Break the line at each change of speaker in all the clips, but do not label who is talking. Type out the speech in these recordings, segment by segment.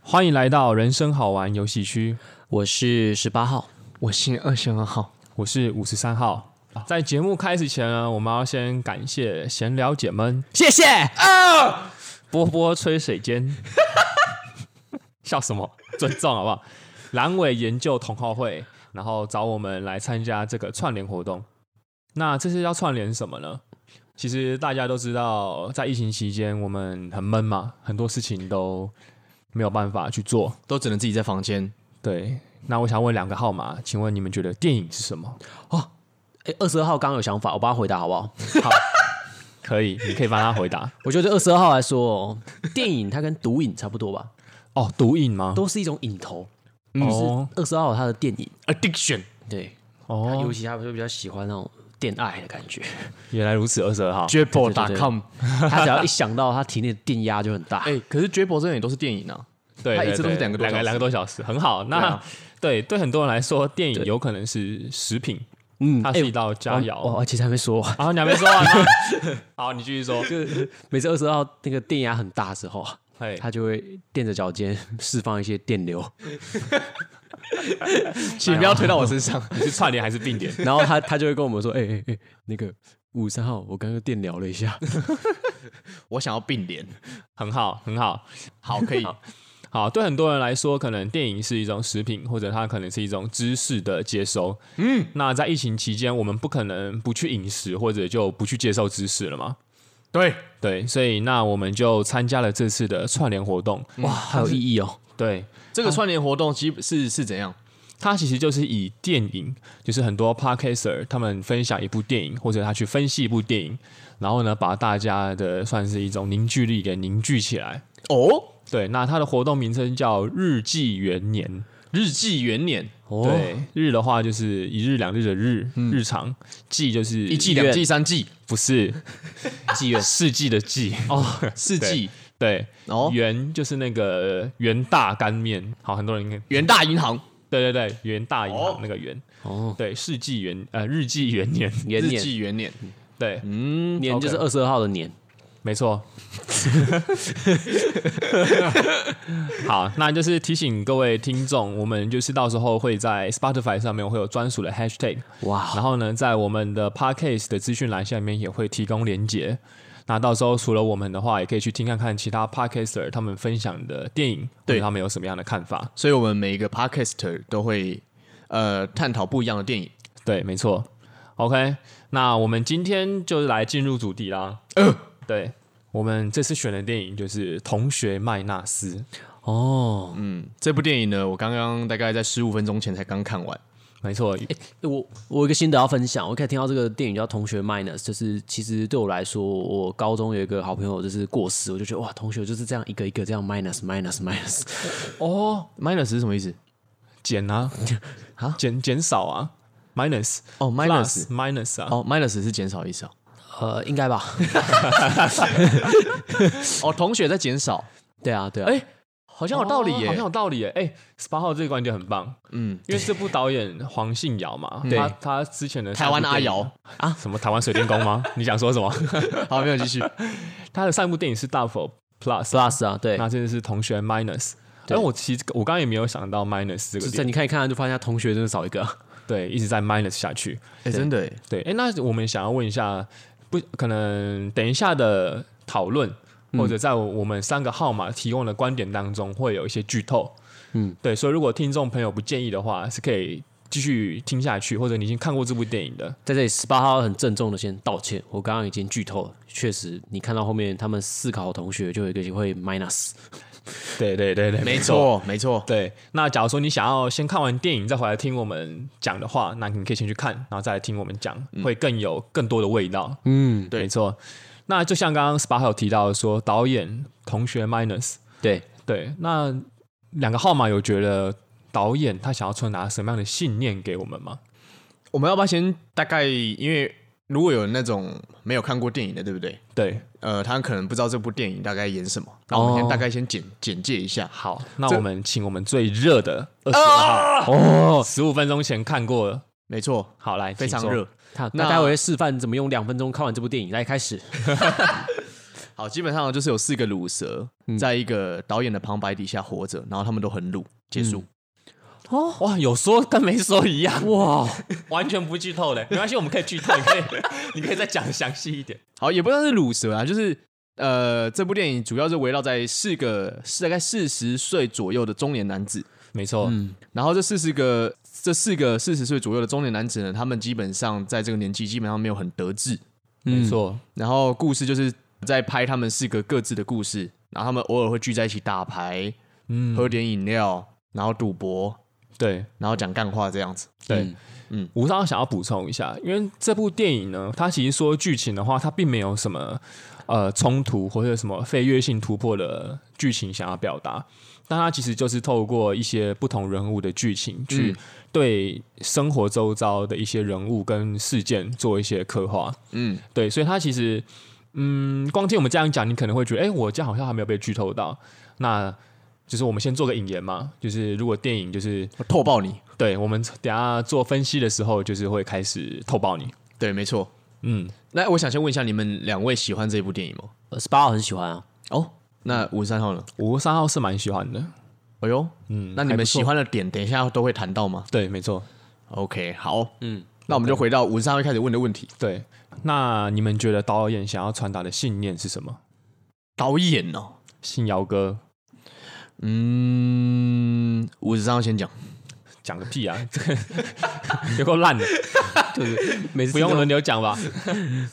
欢迎来到人生好玩游戏区，
我是十八号，
我是二十二号，
我是五十三号。在节目开始前呢，我们要先感谢闲聊啊姐们
谢谢。
波波吹水间， 笑什么？尊重好不好？阑尾研究同好会，然后找我们来参加这个串联活动。那这次要串联什么呢？其实大家都知道，在疫情期间我们很闷嘛，很多事情都没有办法去做。
都只能自己在房间。
对，那我想问两个号码，请问你们觉得电影是什么？
哎，二十二号刚刚有想法，我帮他回答好不好？
可以，你可以帮他回答。
我觉得二十二号来说哦，电影它跟毒瘾差不多吧，
哦，毒瘾吗？
都是一种瘾头。
哦
二十二号他的电影，
，addiction。
对，他
哦
尤，其他就比较喜欢那种恋爱的感觉。
原来如此，二十二号。
j a b o
对对
.com。
他只要一想到他体内的电压就很大。
哎，可是 j a b o 这也都是电影啊，
对，
它
对
一直都是
对
两个多
两个
小时
两个多小时，很好。那
对啊
对对很多人来说，电影有可能是食品，
嗯
它
哎
是一道佳肴。啊
我我其实还没说完，
然后你还没说完呢，好，你继续说。
每次二十号那个电压很大的时候，啊
嘿，
他就会垫着脚尖释放一些电流，
请不要推到我身上。
你是串联还是并联？
然后他他就会跟我们说，哎哎哎，那个五三号，我刚刚电聊了一下，
我想要并联，
很好，很好，
好，可以。
好。对很多人来说，可能电影是一种食品，或者它可能是一种知识的接收。嗯，那在疫情期间，我们不可能不去饮食，或者就不去接受知识了嘛。
对，
对，所以那我们就参加了这次的串联活动。
哇，好有意义哦。
对，
这个串联活动基是是怎样？
它其实就是以电影，就是很多 podcaster 他们分享一部电影，或者他去分析一部电影，然后呢，把大家的算是一种凝聚力给凝聚起来。
哦，
对，那它的活动名称叫日记元年。
日记元年，
哦
对，日的话就是一日两日的日，日常；季就是
嗯一季、
元
两季、三季、
不 是
纪元
世纪的纪。
哦，四季，
对，
哦，
元就是那个元大干面。好，很多人应该
元大银行，
对对对，元大银
哦
行那个元。
哦，
对，世纪元呃日纪元年。
年
日
年
记元年，
对，
嗯，
年就是二十二号的年，
没错。 好，那就是提醒各位听众，我们就是到时候会在 Spotify 上面会有专属的 hashtag，
哇，
然后呢，在我们的 podcast 的资讯栏下面也会提供连结。那到时候除了我们的话，也可以去听看看其他 podcaster 他们分享的电影，
对
或者他们有什么样的看法。
所以我们每一个 podcaster 都会呃探讨不一样的电影。
对，没错。OK，那我们今天就来进入主题啦。
呃
对，我们这次选的电影就是《同学麦纳斯》。
哦，
嗯，这部电影呢，我刚刚大概在十五分钟前才刚看完。
没错，
我我有一个心得要分享，我可以听到这个电影叫《同学 Minus》，就是其实对我来说，我高中有一个好朋友就是过世，我就觉得哇，同学就是这样一个一个这样 minus minus minus，
哦，minus 是什么意思？
减啊，
啊
减减少啊，minus
哦
plus
，minus，
minus 啊，
哦，minus 是减少意思哦。
呃，应该吧？
哦，同学在减少，
对啊，对啊，
哎
好像有道理耶。
哦好像有道理耶。哎，十八号这个观点很棒，
嗯，
因为这部导演黄信尧嘛，
对
他他之前的
台湾阿
三部
瑶
电影啊，什么台湾水电工 吗？你想说什么？
好，没有继续。
他的上一部电影是大佛 plus，
plus 啊，对，
那这是同学 minus。
对
但我其实我刚刚也没有想到 minus 这个
就
点
是，你看一看就发现他同学真的少一个，
对，一直在 minus 下去。
哎，真的耶，
对，哎，那我们想要问一下，不可能等一下的讨论，或者在我们三个号码提供的观点当中，会有一些剧透。
嗯，
对，所以如果听众朋友不介意的话，是可以继续听下去，或者你已经看过这部电影的，
在这里，十八号很郑重的先道歉，我刚刚已经剧透了。确实，你看到后面他们思考同学就有一个会 minus，
对对对对，
没。错，没错。
对，那假如说你想要先看完电影再回来听我们讲的话，那你可以先去看，然后再来听我们讲，会更有更多的味道。
嗯，
嗯对
没错。那就像刚刚 SPA 有提到说，导演同学 minus
对，
对，那两个号码有觉得导演他想要传达什么样的信念给我们吗？
我们要不要先大概？因为如果有那种没有看过电影的，对不对？
对，
呃，他可能不知道这部电影大概演什么，那我们先大概先简简介一下。
好，那
这啊
我们请我们最热的二十二号哦，十五分钟前看过了，
没错，
好来，
非常
请说
热。
他那
那
待会会示范怎么用两分钟看完这部电影。来，开始。
好，基本上就是有四个乳蛇在一个导演的旁白底下活着，然后他们都很乳，结束。
哦，
哇，有说跟没说一样，
哇，
完全不剧透嘞。没关系，我们可以剧透，你可以， 你可以再讲详细一点。
好，也不算是乳蛇啊，就是呃，这部电影主要是围绕在四个大概四十岁左右的中年男子，
没错，
然后这四十个这四个四十岁左右的中年男子呢，他们基本上在这个年纪基本上没有很得志，
没错，
然后故事就是在拍他们四个各自的故事，然后他们偶尔会聚在一起打牌，
嗯，
喝点饮料，然后赌博，
对
然后讲干话这样子。
对，嗯
嗯，
吴少想要补充一下，因为这部电影呢，它其实说剧情的话，它并没有什么呃冲突或者什么飞跃性突破的剧情想要表达，但它其实就是透过一些不同人物的剧情去对生活周遭的一些人物跟事件做一些刻画。
嗯，
对，所以它其实，嗯，光听我们这样讲，你可能会觉得，哎、我这样好像还没有被剧透到。那就是我们先做个引言嘛，就是如果电影就是
我透爆你。
对我们等一下做分析的时候，就是会开始透爆你。
对，没错。
嗯，
那我想先问一下，你们两位喜欢这部电影吗？
十八号很喜欢啊，
哦，那五十三号呢？
五三号是蛮喜欢的，
哎呦，
嗯，
那你们喜欢的点，等一下都会谈到吗
对，没错，
？OK，好，
嗯，
那我们就回到五十三号一开始问的问题。
对。那你们觉得导演想要传达的信念是什么？
导演哦，
信尧哥
嗯，五十三号先讲。
讲个屁啊，这个 有够 烂的，
每次
不用轮流讲吧。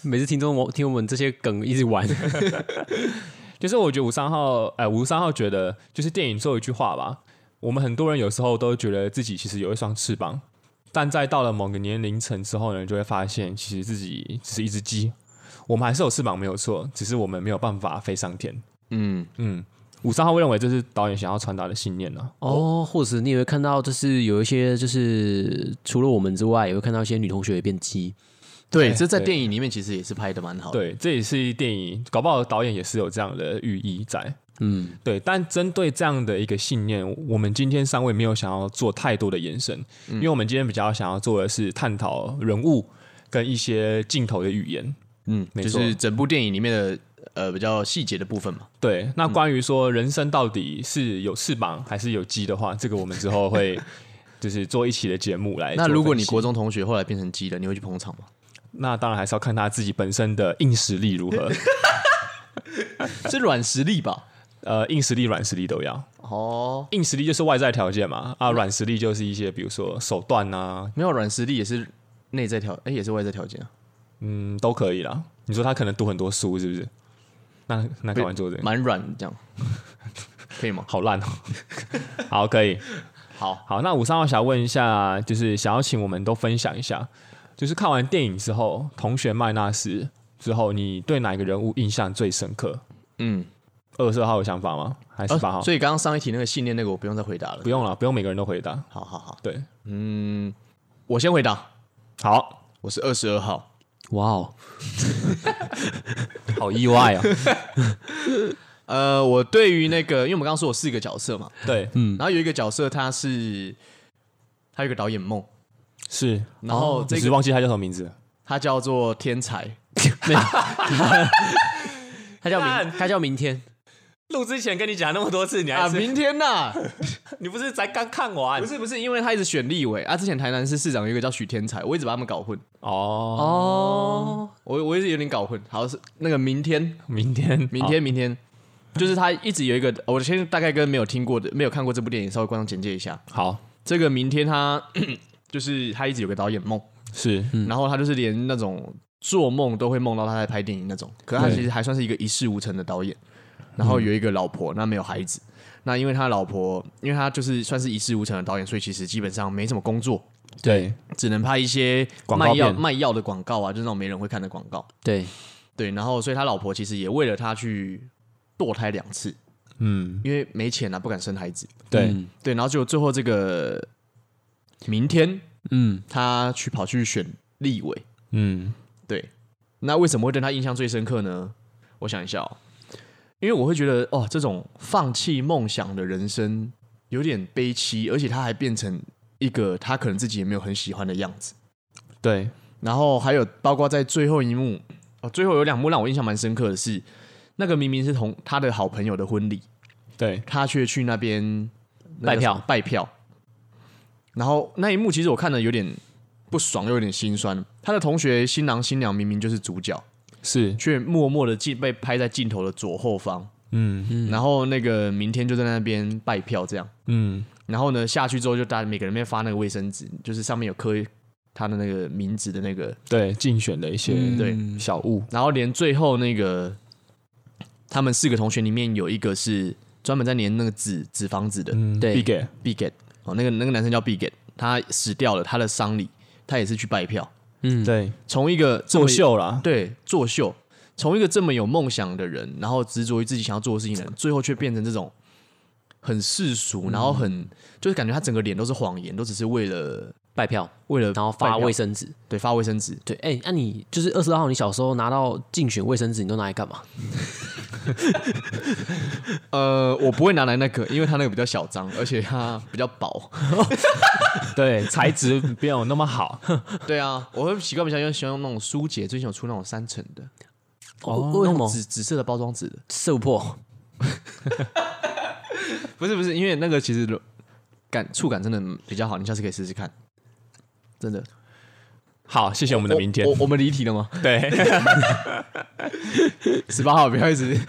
每次听众我听我们这些梗一直玩，
就是我觉得吴三号，呃，吴三号觉得就是电影最后一句话吧。我们很多人有时候都觉得自己其实有一双翅膀，但在到了某个年龄层之后呢，就会发现其实自己只是一只鸡。我们还是有翅膀没有错，只是我们没有办法飞上天。
嗯，
嗯，吴三号会认为这是导演想要传达的信念呢、
哦，或者你也会看到，就是有一些，就是除了我们之外，也会看到一些女同学也变鸡。
对，
对
这在
对
电影里面其实也是拍的蛮好的。，
对，这也是电影，搞不好导演也是有这样的寓意在。
嗯，
对，但针对这样的一个信念，我们今天三位没有想要做太多的延伸，
嗯
因为我们今天比较想要做的是探讨人物跟一些镜头的语言。
嗯，
没
就
错
是整部电影里面的呃比较细节的部分嘛。
对，
嗯
那关于说人生到底是有翅膀还是有鸡的话，这个我们之后 会就是做一期的节目来做分
那
析。
如果你国中同学后来变成鸡了，你会去捧场吗？
那当然还是要看他自己本身的硬实力如 何，
是软实力吧？
呃，硬实力、软实力都要。
哦，
硬实力就是外在条件嘛，
嗯
啊，软实力就是一些比如说手段啊，
没有软实力也是内在条，哎、也是外在条件啊，
嗯，都可以啦。你说他可能读很多书，是不是？那那干嘛做这个？
蛮软这样， 可以吗？
好 烂哦、好，可以。
好，
好，那五三号想要问一下，就是想要请我们都分享一下，就是看完电影之后，《同学麦纳斯》之后，你对哪个人物印象最深刻？
嗯，
二十二号有想法吗？还是
呃
八号？
所以刚刚上一题那个信念那个我不用再回答了
不。用了，不用每个人都回答。
好好好，
对，
嗯，我先回答，
好，
我是二十二号。
哇哦，
好意外 哦。
呃，我对于那个，因为我们刚刚说我四个角色嘛，
对，
然后有一个角色他是他有一个导演梦，
是。
然后
只
这
是
个、
忘记他叫什么名字了。
他叫做天才，
他叫
干
明，他叫明天，
录之前跟你讲那么多次，你
啊，明天呐、
你不是才刚看完
不 是不是，因为他一直选立委啊，之前台南市市长有一个叫许天才，我一直把他们搞混，
哦，
我我一直有点搞混。好是那个明天，
明天，
明天，明天，就是他一直有一个，我先大概跟没有听过的、没有看过这部电影稍微观众简介一下。
哦好，好
这个明天他 就是他一直有个导演梦，
是
然后他就是连那种做梦都会梦到他在拍电影那种，可是他
对
其实还算是一个一事无成的导演。然后有一个老婆，那没有孩子。那因为他老婆，因为他就是算是一事无成的导演，所以其实基本上没什么工作，
对，
只能拍一些
广告
卖药
片
卖药的广告啊，就是那种没人会看的广告。
对，
对，然后所以他老婆其实也为了他去堕胎两次，
嗯，
因为没钱啊，不敢生孩子。
对，
嗯
对，然后就最后这个明天
嗯，
他去跑去选立委。
嗯，
对，那为什么会对他印象最深刻呢？我想一下哦，因为我会觉得哦，这种放弃梦想的人生有点悲凄，而且他还变成一个他可能自己也没有很喜欢的样子。
对，
然后还有包括在最后一幕，哦，最后有两幕让我印象蛮深刻的是，那个明明是同他的好朋友的婚礼，
对，
他却去那边那
拜
叫
票
什么拜票。然后那一幕其实我看的有点不爽，又有点心酸。他的同学新郎新娘明明就是主角，
是，
却默默的镜被拍在镜头的左后方。
嗯
然后那个明天就在那边拜票这样。
嗯，
然后呢，下去之后就大家每个人面发那个卫生纸，就是上面有刻他的那个名字的那个。
对，竞选的一些
对
嗯
小物，
然后连最后那个他们四个同学里面有一个是专门在粘那个纸纸房子的
嗯，
对
必给，
Biget，哦，那个那个男生叫 Biget，他死掉了，他的丧礼他也是去拜票，
嗯，
对，
从一个这么
作秀啦，
对作秀，从一个这么有梦想的人，然后执着于自己想要做的事情的人，最后却变成这种很世俗，然后
嗯
很就是感觉他整个脸都是谎言，都只是为了
拜票，
为了
然后发
拜票
卫生纸。
对发卫生纸，
对，哎，那你就是二十二号，你小时候拿到竞选卫生纸，你都拿来干嘛？
呃，我不会拿来那个，因为它那个比较小张，而且它比较薄。
对，材质没有那么好，
对啊，我会习惯比较用喜欢用那种舒洁，最近有出那种三层的，
哦，为什么
紫紫色的包装纸的。
射不破？
不是不是，因为那个其实感触感真的比较好，你下次可以试试看。真的，
好，谢谢我们的明天
我，我们离题了吗？
对，
十八号不要一直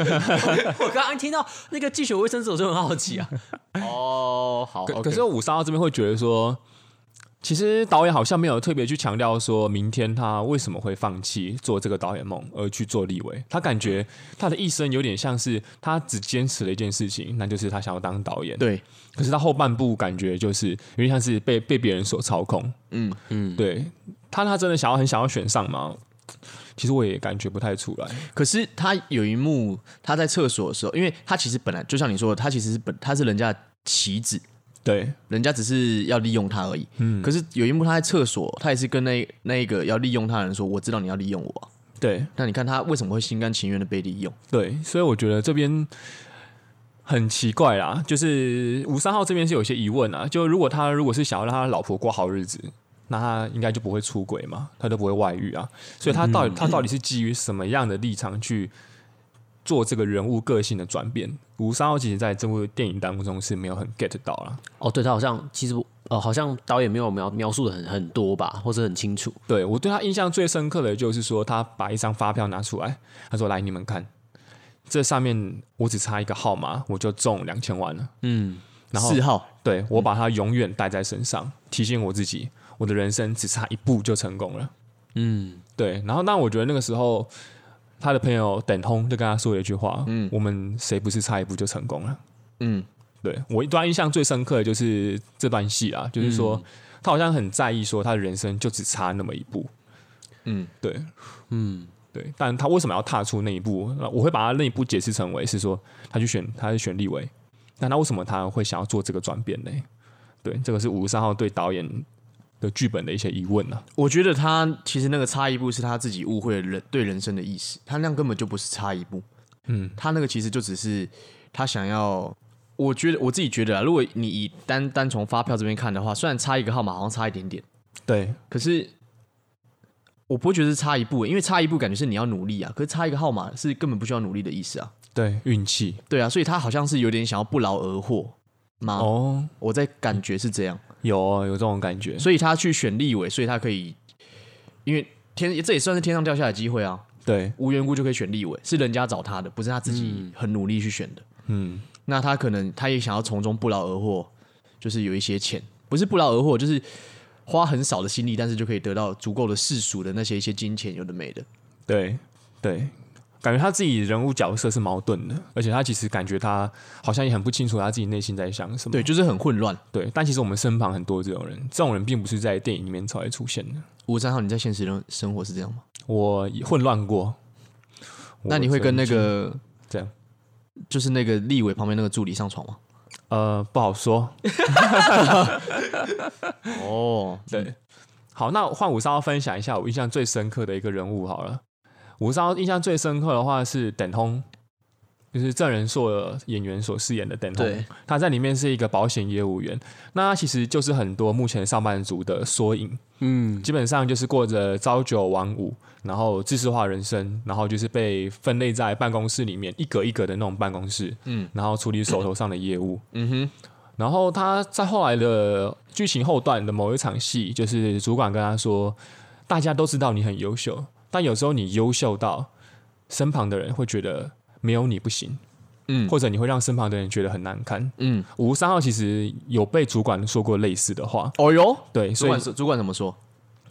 我刚刚听到那个竞选卫生纸，我就很好奇啊。
哦，好
可
OK
可是五三号这边会觉得说，其实导演好像没有特别去强调说明天他为什么会放弃做这个导演梦而去做立委。他感觉他的一生有点像是他只坚持了一件事情，那就是他想要当导演。，
对，
可是他后半部感觉就是有点像是被被别人所操控。
嗯
嗯，对他他真的想要很想要选上吗？其实我也感觉不太出来。
可是他有一幕，他在厕所的时候，因为他其实本来就像你说的，他其实是本他是人家的棋子，
对，
人家只是要利用他而已。嗯，可是有一幕他在厕所，他也是跟那那一个要利用他的人说：“我知道你要利用我啊。
对，”
那你看他为什么会心甘情愿的被利用？
对，所以我觉得这边很奇怪啦，就是五三号这边是有一些疑问啊，就如果他如果是想要让他老婆过好日子，那他应该就不会出轨嘛，他都不会外遇啊，所以他到底、他到底是基于什么样的立场去做这个人物个性的转变？五三号其实在这部电影当中是没有很 get 到啦。
哦，对他好像其实呃，好像导演没有描描述的很很多吧，或者很清楚。
对我对他印象最深刻的就是说，他把一张发票拿出来，他说：“来，你们看，这上面我只差一个号码，我就中两千万了。”嗯，然后
四号，
对我把它永远带在身上，提醒我自己，我的人生只差一步就成功了。嗯，对。然后，那我觉得那个时候，他的朋友等通就跟他说了一句话：“嗯，我们谁不是差一步就成功了
嗯，？”
对我一段印象最深刻的就是这段戏啊，就是说、他好像很在意，说他的人生就只差那么一步。
嗯，
对，嗯，对。但他为什么要踏出那一步？那我会把他那一步解释成为是说，他去选，他是选立委。那他为什么他会想要做这个转变呢？对，这个是五十三号对导演的剧本的一些疑问啊。
我觉得他其实那个差一步是他自己误会了人对人生的意识，他那样根本就不是差一步。嗯，他那个其实就只是他想要。我觉得我自己觉得啊，如果你以单单从发票这边看的话，虽然差一个号码好像差一点点，
对，
可是我不会觉得是差一步，因为差一步感觉是你要努力啊，可是差一个号码是根本不需要努力的意思啊。
对，运气
对啊，所以他好像是有点想要不劳而获嘛，
哦，
我在感觉是这样，
有哦有这种感觉。
所以他去选立委，所以他可以，因为天这也算是天上掉下来的机会啊，
对，
无缘无故就可以选立委，是人家找他的，不是他自己很努力去选的。
嗯，
那他可能他也想要从中不劳而获，就是有一些钱，不是不劳而获，就是花很少的心力，但是就可以得到足够的世俗的那些一些金钱，有的没的。
对，对，感觉他自己人物角色是矛盾的，而且他其实感觉他好像也很不清楚他自己内心在想什么。
对，就是很混乱。
对，但其实我们身旁很多这种人，这种人并不是在电影里面才会出现的。
五三号，你在现实中生活是这样吗？
我混乱过。
那你会跟那
我曾经
个
这样？
就是那个立委旁边那个助理上床吗？
呃不好说。
哦，
对，好，那换五三分享一下我印象最深刻的一个人物好了。五三印象最深刻的话是等通，就是郑仁硕的演员所饰演的邓
对
红，他在里面是一个保险业务员，那他其实就是很多目前上班族的缩影，
嗯，
基本上就是过着朝九晚五，然后知识化人生，然后就是被分类在办公室里面一格一格的那种办公室，
嗯
嗯，然后处理手头上的业务，
嗯哼，
然后他在后来的剧情后段的某一场戏，就是主管跟他说：“大家都知道你很优秀，但有时候你优秀到身旁的人会觉得没有你不行，
嗯
或者你会让身旁的人觉得很难堪。
嗯，”
五三号其实有被主管说过类似的话，
哦哟，
对，
主
所以
管是主管怎么说？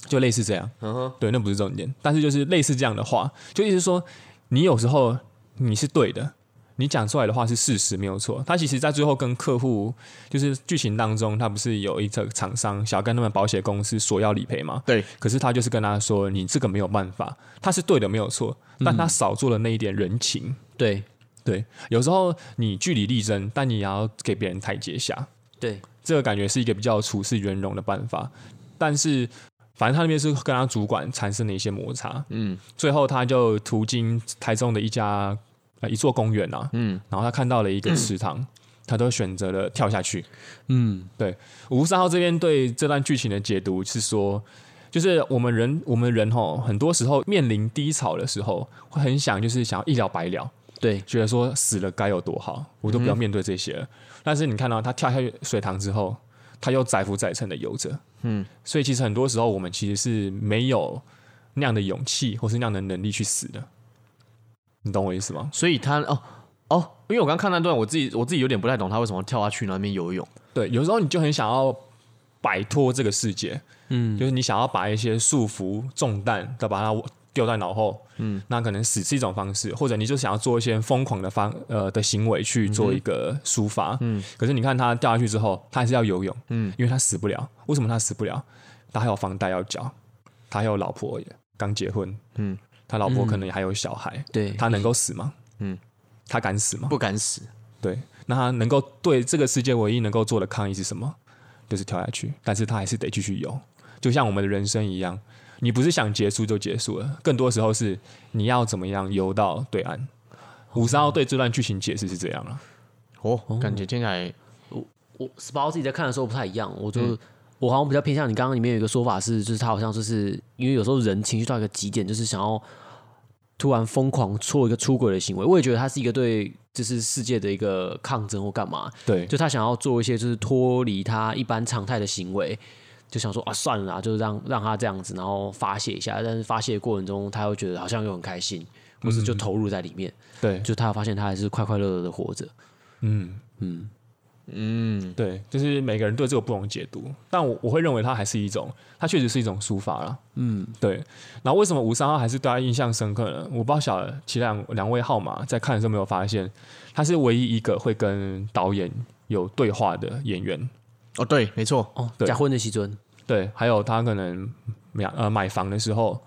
就类似这样。
嗯哼，
对，那不是重点，但是就是类似这样的话，就意思说，你有时候你是对的，你讲出来的话是事实，没有错。他其实在最后跟客户，就是剧情当中，他不是有一个厂商想要跟他们保险公司索要理赔吗？
对，
可是他就是跟他说，你这个没有办法，他是对的，没有错，但他少做了那一点人情。
对
对，有时候你据理力争，但你也要给别人台阶下。
对，
这个感觉是一个比较处事圆融的办法。但是，反正他那边是跟他主管产生了一些摩擦，
嗯
最后他就途经台中的一家呃一座公园啊，
嗯，
然后他看到了一个池塘，他都选择了跳下去。
嗯，
五十三号这边对这段剧情的解读是说，就是我们人我们人吼，很多时候面临低潮的时候，会很想就是想要一了百了。
对
觉得说死了该有多好，我都不要面对这些了。但是你看到、他跳下水塘之后，他又载浮载沉的游着，
嗯
嗯，所以其实很多时候我们其实是没有那样的勇气或是那样的能力去死的，你懂我意思吗？
所以他哦哦，因为我刚看那段，我自己我自己有点不太懂他为什么跳下去那边游泳。
对，有时候你就很想要摆脱这个世界，嗯，就是你想要把一些束缚、重担都把它丢在脑后，嗯，那可能死是一种方式，或者你就想要做一些疯狂的方呃的行为去做一个抒发，嗯，可是你看他掉下去之后，他还是要游泳，嗯，因为他死不了，为什么他死不了？他还有房贷要缴，他还有老婆也刚结婚，
嗯
嗯，他老婆可能还有小孩，
对，
他能够死吗？
嗯
嗯，他敢死吗？
不敢死。
对，那他能够对这个世界唯一能够做的抗议是什么？就是跳下去，但是他还是得继续游，就像我们的人生一样，你不是想结束就结束了，更多时候是你要怎么样游到对岸。五三号对这段剧情解释是这样啊了，
哦，感觉听起来
我 SPA 自己在看的时候不太一样，我就、我好像比较偏向你刚刚里面有一个说法是，就是他好像就是因为有时候人情绪到一个极点，就是想要突然疯狂做一个出轨的行为。我也觉得他是一个对就是世界的一个抗争或干嘛，
对，
就他想要做一些就是脱离他一般常态的行为，就想说啊算了啦，就是让让他这样子，然后发泄一下。但是发泄的过程中，他又觉得好像又很开心，或是就投入在里面，
对，
就他发现他还是快快乐乐的活着。
嗯，
嗯，
嗯
对，就是每个人对这个不同解读，但我我会认为它还是一种，它确实是一种抒发啦。嗯，对。然后为什么五三号还是对他印象深刻呢？我不知道小其他两两位号码在看的时候有没有发现，他是唯一一个会跟导演有对话的演员。
哦对，没错，
哦，
对
假婚的西尊，
对，还有他可能买呃买房的时候，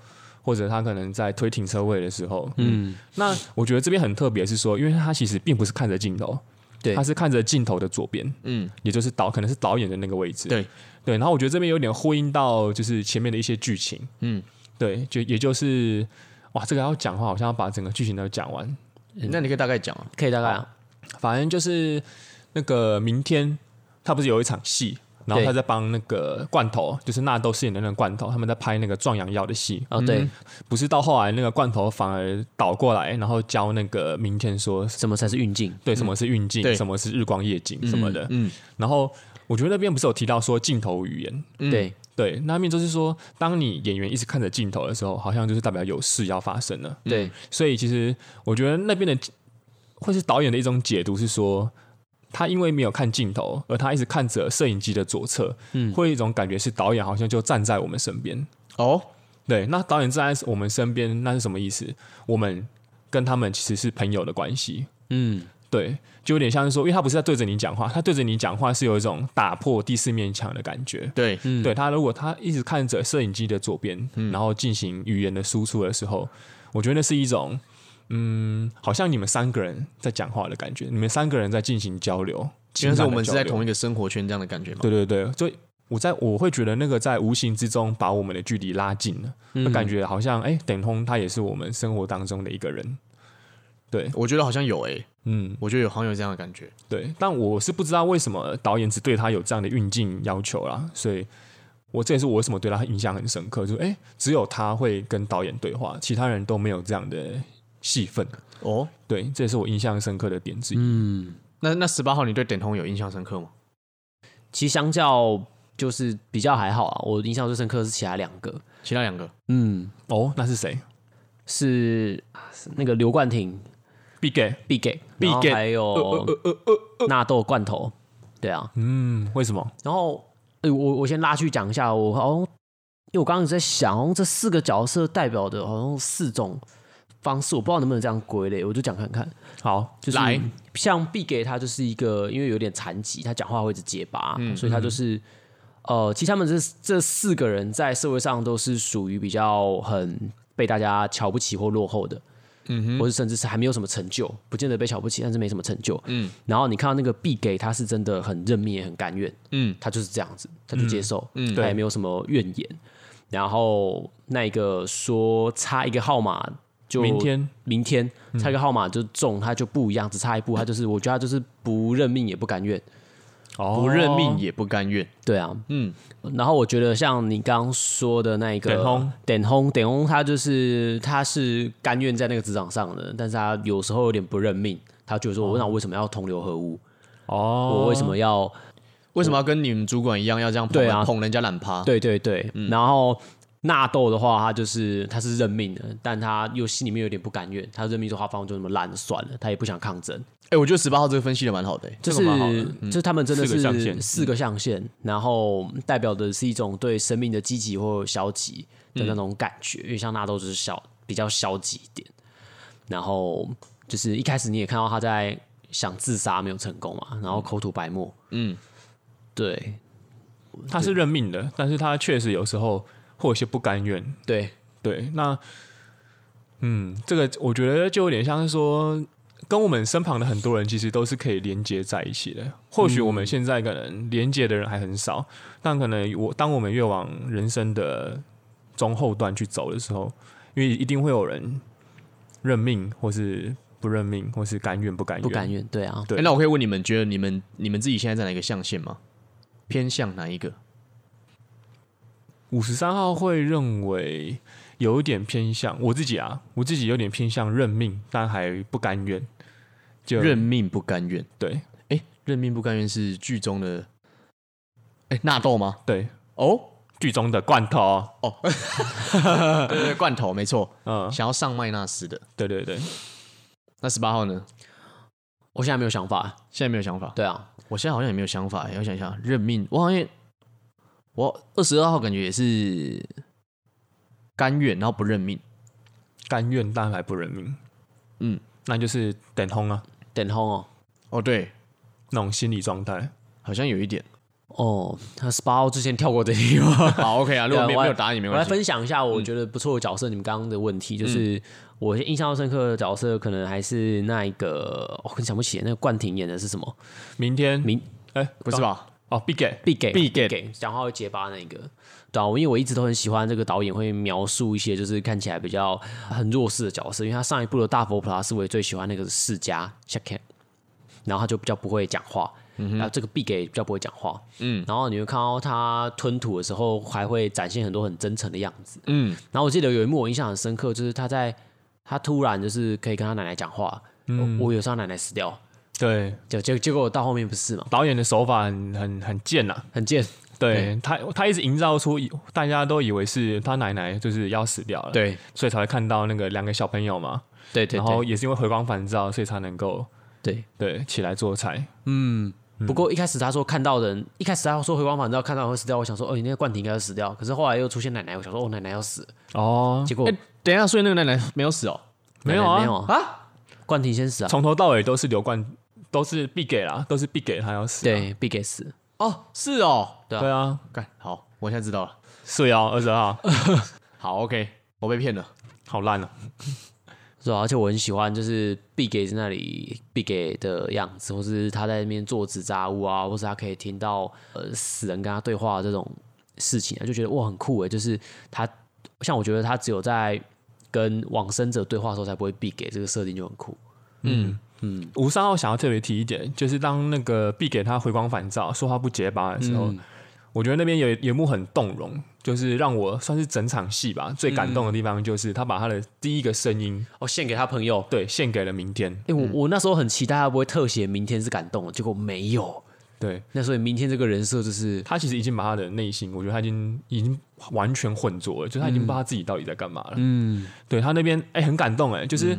或者他可能在推停车位的时候，嗯，那我觉得这边很特别，是说，因为他其实并不是看着镜头，
对
他是看着镜头的左边，
嗯
也就是导可能是导演的那个位置，
对
对。然后我觉得这边有点呼应到就是前面的一些剧情，
嗯。
对，就也就是哇，这个要讲的话，好像要把整个剧情都讲完。
那你可以大概讲啊，
可以大概、啊、
反正就是那个明天他不是有一场戏，然后
对
他在帮那个罐头，就是纳豆饰演的那个罐头，他们在拍那个壮阳药的戏。
哦，对，
不是到后来那个罐头反而倒过来，然后教那个明天说
什么才是运镜？
对什么是运镜，
对
什么是日光夜景什么的。
嗯
然后我觉得那边不是有提到说镜头语言，
对，
对，那面就是说，当你演员一直看着镜头的时候，好像就是代表有事要发生了。
对，
所以其实我觉得那边的会是导演的一种解读是说，他因为没有看镜头，而他一直看着摄影机的左侧，嗯，会有一种感觉是导演好像就站在我们身边。
哦，
对，那导演站在我们身边，那是什么意思？我们跟他们其实是朋友的关系。
嗯，
对，就有点像是说，因为他不是在对着你讲话，他对着你讲话是有一种打破第四面墙的感觉。
对，
对他，如果他一直看着摄影机的左边，
嗯
然后进行语言的输出的时候，我觉得那是一种，嗯，好像你们三个人在讲话的感觉，你们三个人在进行交流，
因为是我们是在同
一，
一个生活圈这样的感觉嘛。
对对对，就我在我会觉得那个在无形之中把我们的距离拉近了，
嗯
那感觉好像哎，等通他也是我们生活当中的一个人，对，
我觉得好像有诶、欸
嗯，
我觉得有好像有这样的感觉。
对，但我是不知道为什么导演只对他有这样的运镜要求啦，所以我这也是我为什么对他印象很深刻，就是哎、诶只有他会跟导演对话，其他人都没有这样的戏份。
哦，
对，这也是我印象深刻的点之一。
嗯，
那那十八号你对点通有印象深刻吗？
其实相较就是比较还好啊。我印象最深刻的是其他两个，
其他两个
嗯，
哦，那是谁
是是那个刘冠廷
？Big Gay。
必给，
必
然后
给
还有纳豆罐头，对啊。
嗯，为什么？
然后，哎，我我先拉去讲一下，我好像因为我刚刚一直在想，好像这四个角色代表的好像四种方式，我不知道能不能这样归类，我就讲看看。
好，
就是
来，
像毕给他就是一个，因为有点残疾，他讲话会一直结巴，所以他就是、呃，其实他们这这四个人在社会上都是属于比较很被大家瞧不起或落后的，嗯哼，或者甚至是还没有什么成就，不见得被瞧不起，但是没什么成就，嗯。然后你看到那个毕给，他是真的很认命，也很甘愿，
嗯，
他就是这样子，他就接受，
嗯嗯
他也没有什么怨言。然后那一个说差一个号码就
明天
明天差一个号码就中，他就不一样，只差一步，他就是我觉得他就是不认命也不甘愿，
哦
不认命也不甘愿。
对啊，
嗯，
然后我觉得像你刚刚说的那一个
点轰，
点轰，点轰，他就是他是甘愿在那个职场上的，但是他有时候有点不认命，他觉得说，我那我为什么要同流合污？
哦，
我为什么要
为什么要跟你们主管一样要这样捧
对
人
啊
捧人家懒趴？
对对对，
嗯
然后纳豆的话，他就是他是认命的，但他又心里面有点不甘愿，他认命说他反正就那么烂算了，他也不想抗争，
哎，我觉得十八号这个分析的蛮好的欸。
就
这
是
个蛮好的嗯
就是他们真的
四
是
个象限嗯
四个象限，然后代表的是一种对生命的积极或消极
嗯
的那种感觉，因为像纳豆就是消比较消极一点，然后就是一开始你也看到他在想自杀没有成功嘛，然后口吐白沫，
嗯，
对
他是认命的，但是他确实有时候会有些不甘愿，
对，
对，那嗯，这个我觉得就有点像是说，跟我们身旁的很多人其实都是可以连接在一起的。或许
嗯
我们现在可能连接的人还很少，但可能我当我们越往人生的中后段去走的时候，因为一定会有人认命，或是不认命，或是甘愿不甘愿。
不甘愿，对啊，
对
哎那我可以问你们，觉得你们你们自己现在在哪一个象限吗？偏向哪一个？
五十三号会认为有一点偏向我自己啊，我自己有点偏向认命，但还不甘愿。就
认命不甘愿。
对
哎，认命不甘愿是剧中的哎纳豆吗？
对，
哦
剧中的罐头。
哦，对对对，罐头没 错，
嗯，
想要上麦纳斯的。
对对对，
那十八号呢？
我现在没有想法，
现在没有想法。
对啊，
我现在好像也没有想法欸，我想一下，认命，我好像也我二十二号感觉也是甘愿，然后不认命。
甘愿但还不认命。
嗯，
那就是等通啊，
点轰哦。
哦，对，
那种心理状态。
好像有一点。
哦，他十八号之前跳过这 题吗？
好，OK 啊，如果没
对啊我
没
来
有答案也没
我来
关系。嗯
分享一下我觉得不错的角色，你们刚刚的问题就是我印象深刻的角色，可能还是那一个，哦我、很想不起那个冠廷演的是什么，
明天，
明
哎、
不是吧？
哦，Big Gay，
必给
必给
给讲话会结巴那一个，对啊，因为我一直都很喜欢这个导演会描述一些就是看起来比较很弱势的角色，因为他上一部的大佛普拉斯我也最喜欢那个世家 s h a k 然后他就比较不会讲话，然后这个必给比较不会讲话，嗯，然后你会看到他吞吐的时候还会展现很多很真诚的样子，
嗯，
然后我记得有一幕我印象很深刻，就是他在他突然就是可以跟他奶奶讲话，我我有时候奶奶死掉，
对，
结结结果到后面不是嘛，
导演的手法很很很贱呐、
很贱，
对他，他一直营造出以大家都以为是他奶奶就是要死掉了，，
对，
所以才会看到那个两个小朋友嘛，
对对
然后也是因为回光返照，所以才能够
对。
对起来做菜。
不过一开始他说看到人，一开始他说回光返照看到人会死掉，我想说哦，你那个冠廷应该会死掉。可是后来又出现奶奶，我想说哦，奶奶要死。
哦，
结果、
哎，等一下，所以那个奶奶没有死哦。
没有
奶奶
啊，
没有啊，
啊，
冠廷先死啊，
从头到尾都是刘冠，都是必给啦，都是必给他要死、啊。
对，必给死。
哦，是哦。
对啊
对啊，
干，好，我现在知道了。
是幺二十二号，
好，OK，我被骗了。
好烂啊！
是吧？而且我很喜欢，就是必给在那里必给的样子，或是他在那边做纸扎屋啊，或是他可以听到呃死人跟他对话的这种事情啊，就觉得哇很酷诶。就是他像我觉得他只有在跟往生者对话的时候才不会必给，这个设定就很酷。
嗯，
嗯，
吴三号想要特别提一点，就是当那个 B 给他回光返照，说话不结巴的时候，
嗯
我觉得那边有有一幕很动容，就是让我算是整场戏
嗯
吧最感动的地方，就是他把他的第一个声音
哦，献给他朋友。
对献给了明天，
哎、我我那时候很期待他会不会特写明天是感动的，结果没有。
对
那所以明天这个人设就是
他其实已经把他的内心，我觉得他已经已经完全混浊了，就是他已经不知道他自己到底在干嘛了。
嗯，
对他那边哎、很感动哎、就是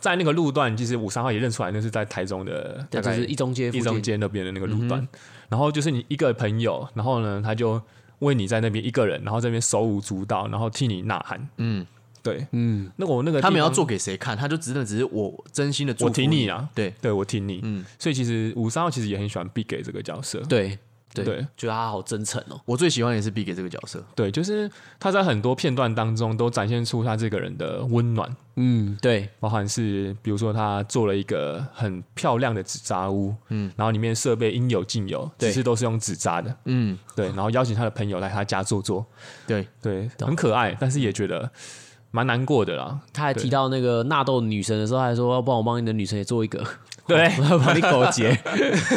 在那个路段，其实五三号也认出来那是在台中的，
对，
大
就
概
是一中街附
一中
近。嗯
街那边的那个路段。然后就是你一个朋友，然后呢，他就为你在那边一个人，然后这边手舞足蹈，然后替你呐喊。
嗯，
对，
嗯，
那我那个
他们
地
要
方
做，给谁看？他就只能只是我真心的祝福
我挺你啊，
对，
对我挺你。
嗯，
所以其实五三号其实也很喜欢 B 给这个角色。
对对，
对
觉得他好真诚哦。
我最喜欢也是 B 给这个角色。
对，就是他在很多片段当中都展现出他这个人的温暖，
嗯，对，
包含是比如说他做了一个很漂亮的纸扎屋，嗯，然后里面设备应有尽有，
对
只是都是用纸扎的，
嗯，
对，然后邀请他的朋友来他家坐坐，
对，
对，很可爱，但是也觉得蛮难过的啦。
他还
对
提到那个纳豆女神的时候，还说要哦不然我帮你的女神也做一个，
对
我要帮你狗结。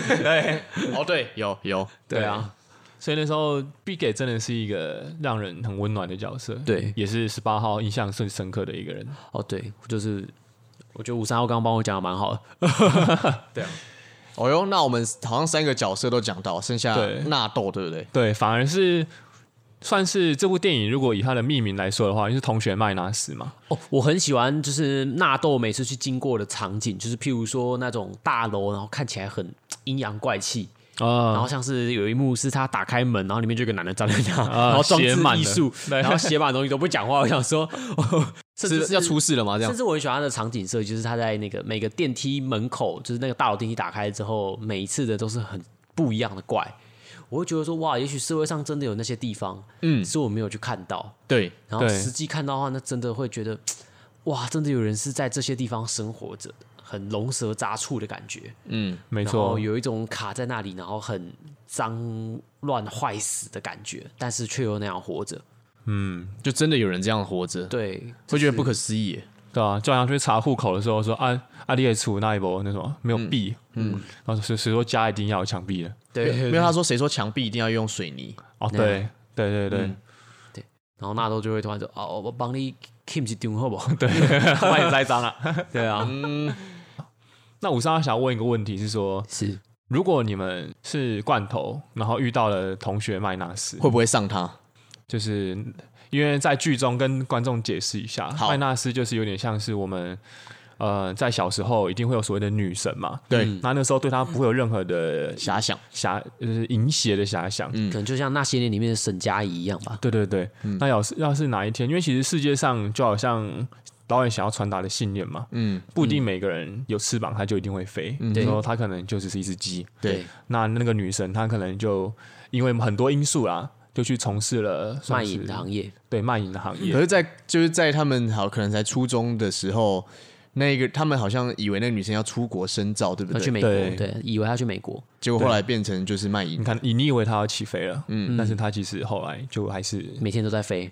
哦，对，有有，
对啊，所以那时候 B 给真的是一个让人很温暖的角色，
对
也是十八号印象最深刻的一个人。
哦，对，就是我觉得五三号刚刚帮我讲的蛮好的。
哦哟，那我们好像三个角色都讲到，剩下
对
纳豆，对不对？
对，反而是算是这部电影，如果以它的命名来说的话，就是同学麦纳斯嘛，
哦，我很喜欢就是纳豆每次去经过的场景，就是譬如说那种大楼，然后看起来很阴阳怪气，然
啊、
后像是有一幕是他打开门，然后里面就有一个男的站在那，
啊
然后装
写
置
满了
艺术，
对
然后写满东西都不讲话。我想说，哦、甚至
是要出事了吗？这样
甚，至我很喜欢他的场景设计，就是他在那个每个电梯门口，就是那个大楼电梯打开之后，每一次的都是很不一样的怪。我会觉得说，哇，也许社会上真的有那些地方，
嗯
只，是我没有去看到。
对，
然后
对
实际看到的话，那真的会觉得，哇，真的有人是在这些地方生活着，很龙蛇杂处的感觉。
嗯，
没
然后
错，
有一种卡在那里，然后很脏乱坏死的感觉，但是却又那样活着。
嗯，
就真的有人这样活着，
对，
会觉得不可思议耶。
对啊，就好像去查户口的时候说啊，阿丽也出那一波那什么没有币，嗯，然后谁谁说家一定要有墙壁的，
对，
没有他说谁说墙壁一定要用水泥，
哦，
那
对，对对对，
嗯
然后纳豆就会突然说：“哦，我帮你 Kim 去丢好不好
帮你栽赃了。？”
对啊，
那五三二想问一个问题是说，
是
如果你们是罐头，然后遇到了同学麦纳斯，
会不会上他？
就是因为在剧中跟观众解释一下，
好
麦纳斯就是有点像是我们呃在小时候一定会有所谓的女神嘛，
对
嗯那那时候对她不会有任何的
遐想，
遐就是淫邪的遐
嗯
想，
可能就像那些年里面的沈佳宜一样吧。
对对对，那要是要是哪一天，因为其实世界上就好像导演想要传达的信念嘛，
嗯，
不一定每个人有翅膀他就一定会飞，嗯、
对
说他可能就只是一只鸡。
对，
那那个女神她可能就因为很多因素啦，就去从事了
卖
算是
淫的行业，
对卖淫的行业
可。是在，就是在他们好可能才初中的时候，那个他们好像以为那个女生要出国深造，对不
要去
对？
美国，
对
对，以为他去美国，
结果后来变成就是卖淫
你，看，你你以为她要起飞了，嗯，但是她其实后来就还是，
每天都在飞。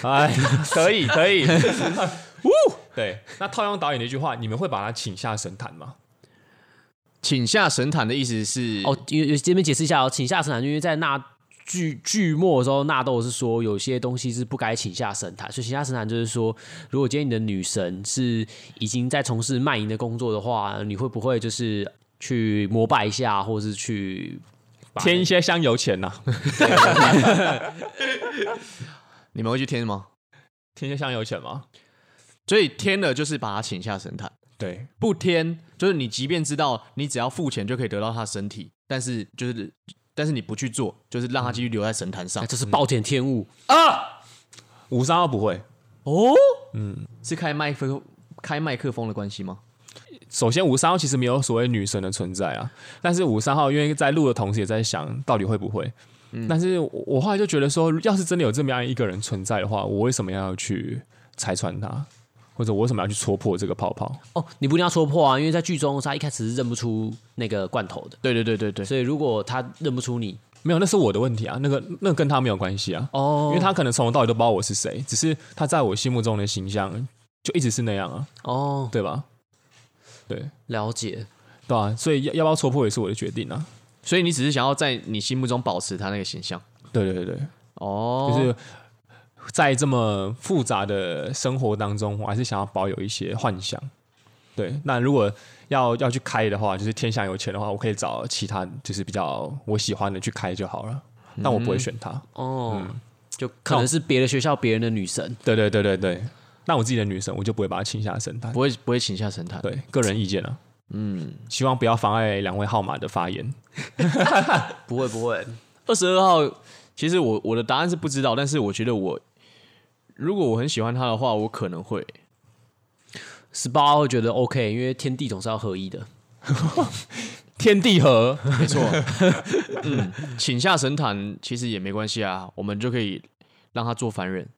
哎，可以可以， 呜，对。那套用导演的一句话，你们会把她请下神坛吗？
请下神坛的意思是
哦，有有这边解释一下哦，请下神坛，因为在那剧剧末的时候，纳豆是说有些东西是不该请下神坛，所以请下神坛就是说，如果今天你的女神是已经在从事卖淫的工作的话，你会不会就是去膜拜一下，或是去把
添一些香油钱呐、
你们会去添吗？
添一些香油钱吗？
所以添了就是把他请下神坛，
对，
不添就是你即便知道你只要付钱就可以得到他身体，但是就是但是你不去做，就是让他继续留在神坛上
那，这是暴殄天物、
五三二不会。
哦，嗯，是开麦克风开麦克风的关系吗？
首先，五三号其实没有所谓女神的存在啊，但是五三号因为在录的同时也在想，到底会不会？但是我我后来就觉得说，要是真的有这么样一个人存在的话，我为什么要去拆穿他，或者我为什么要去戳破这个泡泡？
哦，你不一定要戳破啊，因为在剧中他一开始是认不出那个罐头的，
对对对对对，
所以如果他认不出你，
没有，那是我的问题啊，那个那跟他没有关系啊，
哦
因为他可能从头到尾都不知道我是谁，只是他在我心目中的形象就一直是那样啊，
哦，
对吧？对
了解，
对啊，所以要要不要戳破也是我的决定啊。
所以你只是想要在你心目中保持他那个形象
对对对对，
哦，
就是在这么复杂的生活当中，我还是想要保有一些幻想。对，那如果要要去开的话，就是天下有钱的话，我可以找其他就是比较我喜欢的去开就好了。但我不会选他。
哦，就可能是别的学校别人的女神，
对对对对对，那我自己的女神，我就不会把她请下神坛。
不会不会请下神坛。
对，个人意见啊。嗯， 希望不要妨碍两位号码的发言。
不会不会，
二十二号，其实我我的答案是不知道，但是我觉得我如果我很喜欢他的话，我可能会。
十八会觉得 OK，因为天地总是要合一的。
天地合，
没错， 嗯，请下神坛其实也没关系啊，我们就可以让他做凡人。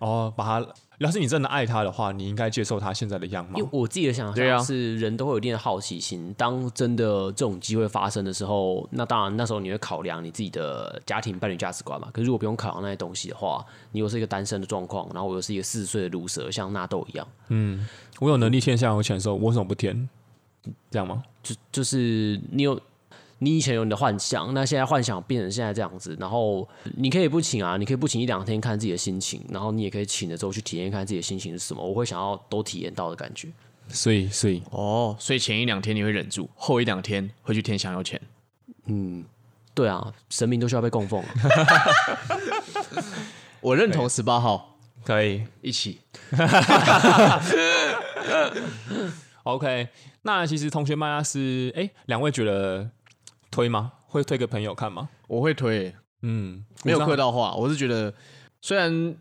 哦，把她。要是你真的爱她的话，你应该接受她现在的样貌
因为。我自己的想
对啊
象是，人都会有一定的好奇心。当真的这种机会发生的时候，那当然那时候你会考量你自己的家庭伴侣价值观嘛。可是如果不用考量那些东西的话，你又是一个单身的状况，然后我又是一个四十岁的卤蛇，像纳豆一样，
我有能力天下有钱的时候，我为什么不填？这样吗？
就就是你有你以前有你的幻想，那现在幻想变成现在这样子，然后你可以不请啊，你可以不请一两天看自己的心情，然后你也可以请了之后去体验看自己的心情是什么。我会想要都体验到的感觉。
所以，所以
哦，所以前一两天你会忍住，后一两天会去天享有钱。
对啊，神明都需要被供奉啊、
我认同十八号
可以。
一起。
OK，那其实同学麦拉斯，哎、两位觉得推吗？会推给朋友看吗？
我会推，
嗯，
没有
我知道
客套话。我是觉得，虽然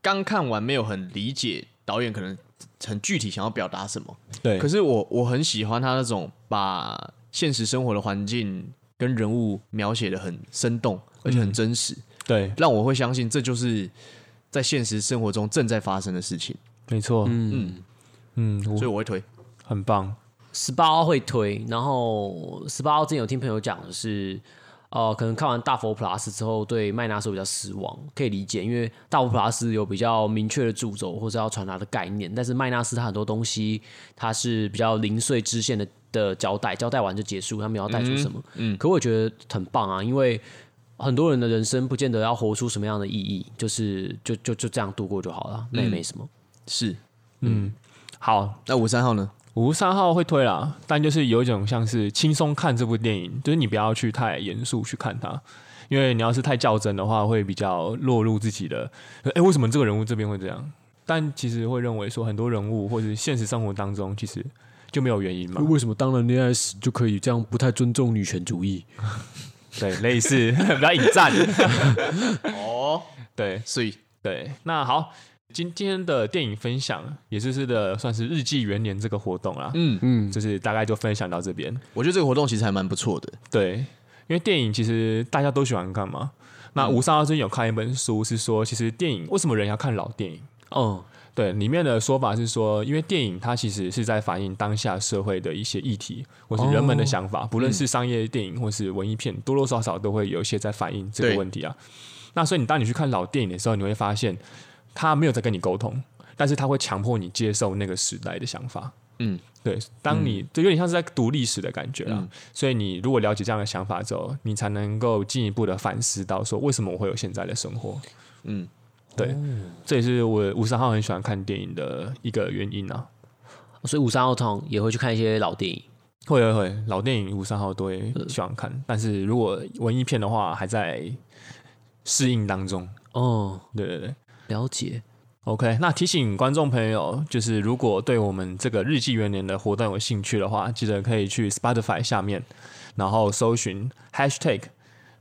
刚看完没有很理解导演可能很具体想要表达什么，
对，
可是我我很喜欢他那种把现实生活的环境跟人物描写的很生动，而且很真实，
对，
让我会相信这就是在现实生活中正在发生的事情。
没错，嗯嗯，我
所以我会推。
很棒，
十八号会推，然后十八号之前有听朋友讲的是，呃，可能看完大佛普拉斯之后对麦纳斯比较失望，可以理解，因为大佛普拉斯有比较明确的主轴或者要传达的概念，但是麦纳斯他很多东西它是比较零碎支线的的交代，交代完就结束，他没有要带出什么。嗯，可我觉得很棒啊，因为很多人的人生不见得要活出什么样的意义，就是就就就这样度过就好了，那也没什么。
是，
好，
那五三号呢？
五十三号会推啦，但就是有一种像是轻松看这部电影，就是你不要去太严肃去看它，因为你要是太较真的话，会比较落入自己的，哎、为什么这个人物这边会这样？但其实会认为说，很多人物或者是现实生活当中，其实就没有原 因嘛，
为什么当了恋爱时就可以这样不太尊重女权主义？
对，类似 比较引战，
哦，
对
所以
对。那好，今今天的电影分享也就是的，算是日记元年这个活动啦，
嗯
嗯，就是大概就分享到这边。
我觉得这个活动其实还蛮不错的。
对，因为电影其实大家都喜欢看嘛。那吴三二最近有看一本书，是说其实电影为什么人要看老电影？
嗯，
对，里面的说法是说，因为电影它其实是在反映当下社会的一些议题，或是人们的想
哦
法，不论
嗯
是商业电影或是文艺片，多多少少都会有一些在反映这个
对
问题啊。那所以你当你去看老电影的时候，你会发现他没有在跟你沟通，但是他会强迫你接受那个时代的想法。
嗯，
对，当你就有点像是在读历史的感觉啦。
嗯
所以你如果了解这样的想法之后，你才能够进一步的反思到说，为什么我会有现在的生活？
嗯，
对，这也是我五十号很喜欢看电影的一个原因啊。
所以五三号通也会去看一些老电影。
会会会，老电影五三号都会喜欢看，但是如果文艺片的话，还在适应当中。
哦，
对对对。
了解。
OK，那提醒观众朋友，就是如果对我们这个日记元年的活动有兴趣的话，记得可以去 Spotify 下面，然后搜寻 Hashtag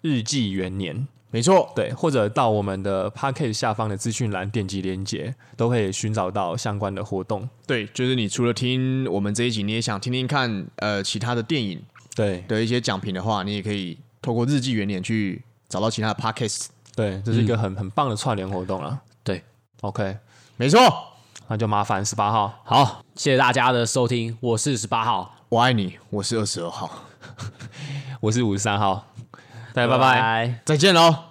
日记元年，
没错，
对，或者到我们的 p a c k a g e 下方的资讯栏点击连接，都可以寻找到相关的活动。
对，就是你除了听我们这一集，你也想听听看呃其他的电影
对
的一些讲评的话，你也可以透过日记原点去找到其他的 podcast。
对，这是一个很、很棒的串联活动啦。
对
，OK，
没错，
那就麻烦十八号，
好，谢谢大家的收听，我是十八号，
我爱你，我是二十二号，
我是五十三号，大家拜拜
哎拜。
再见喽。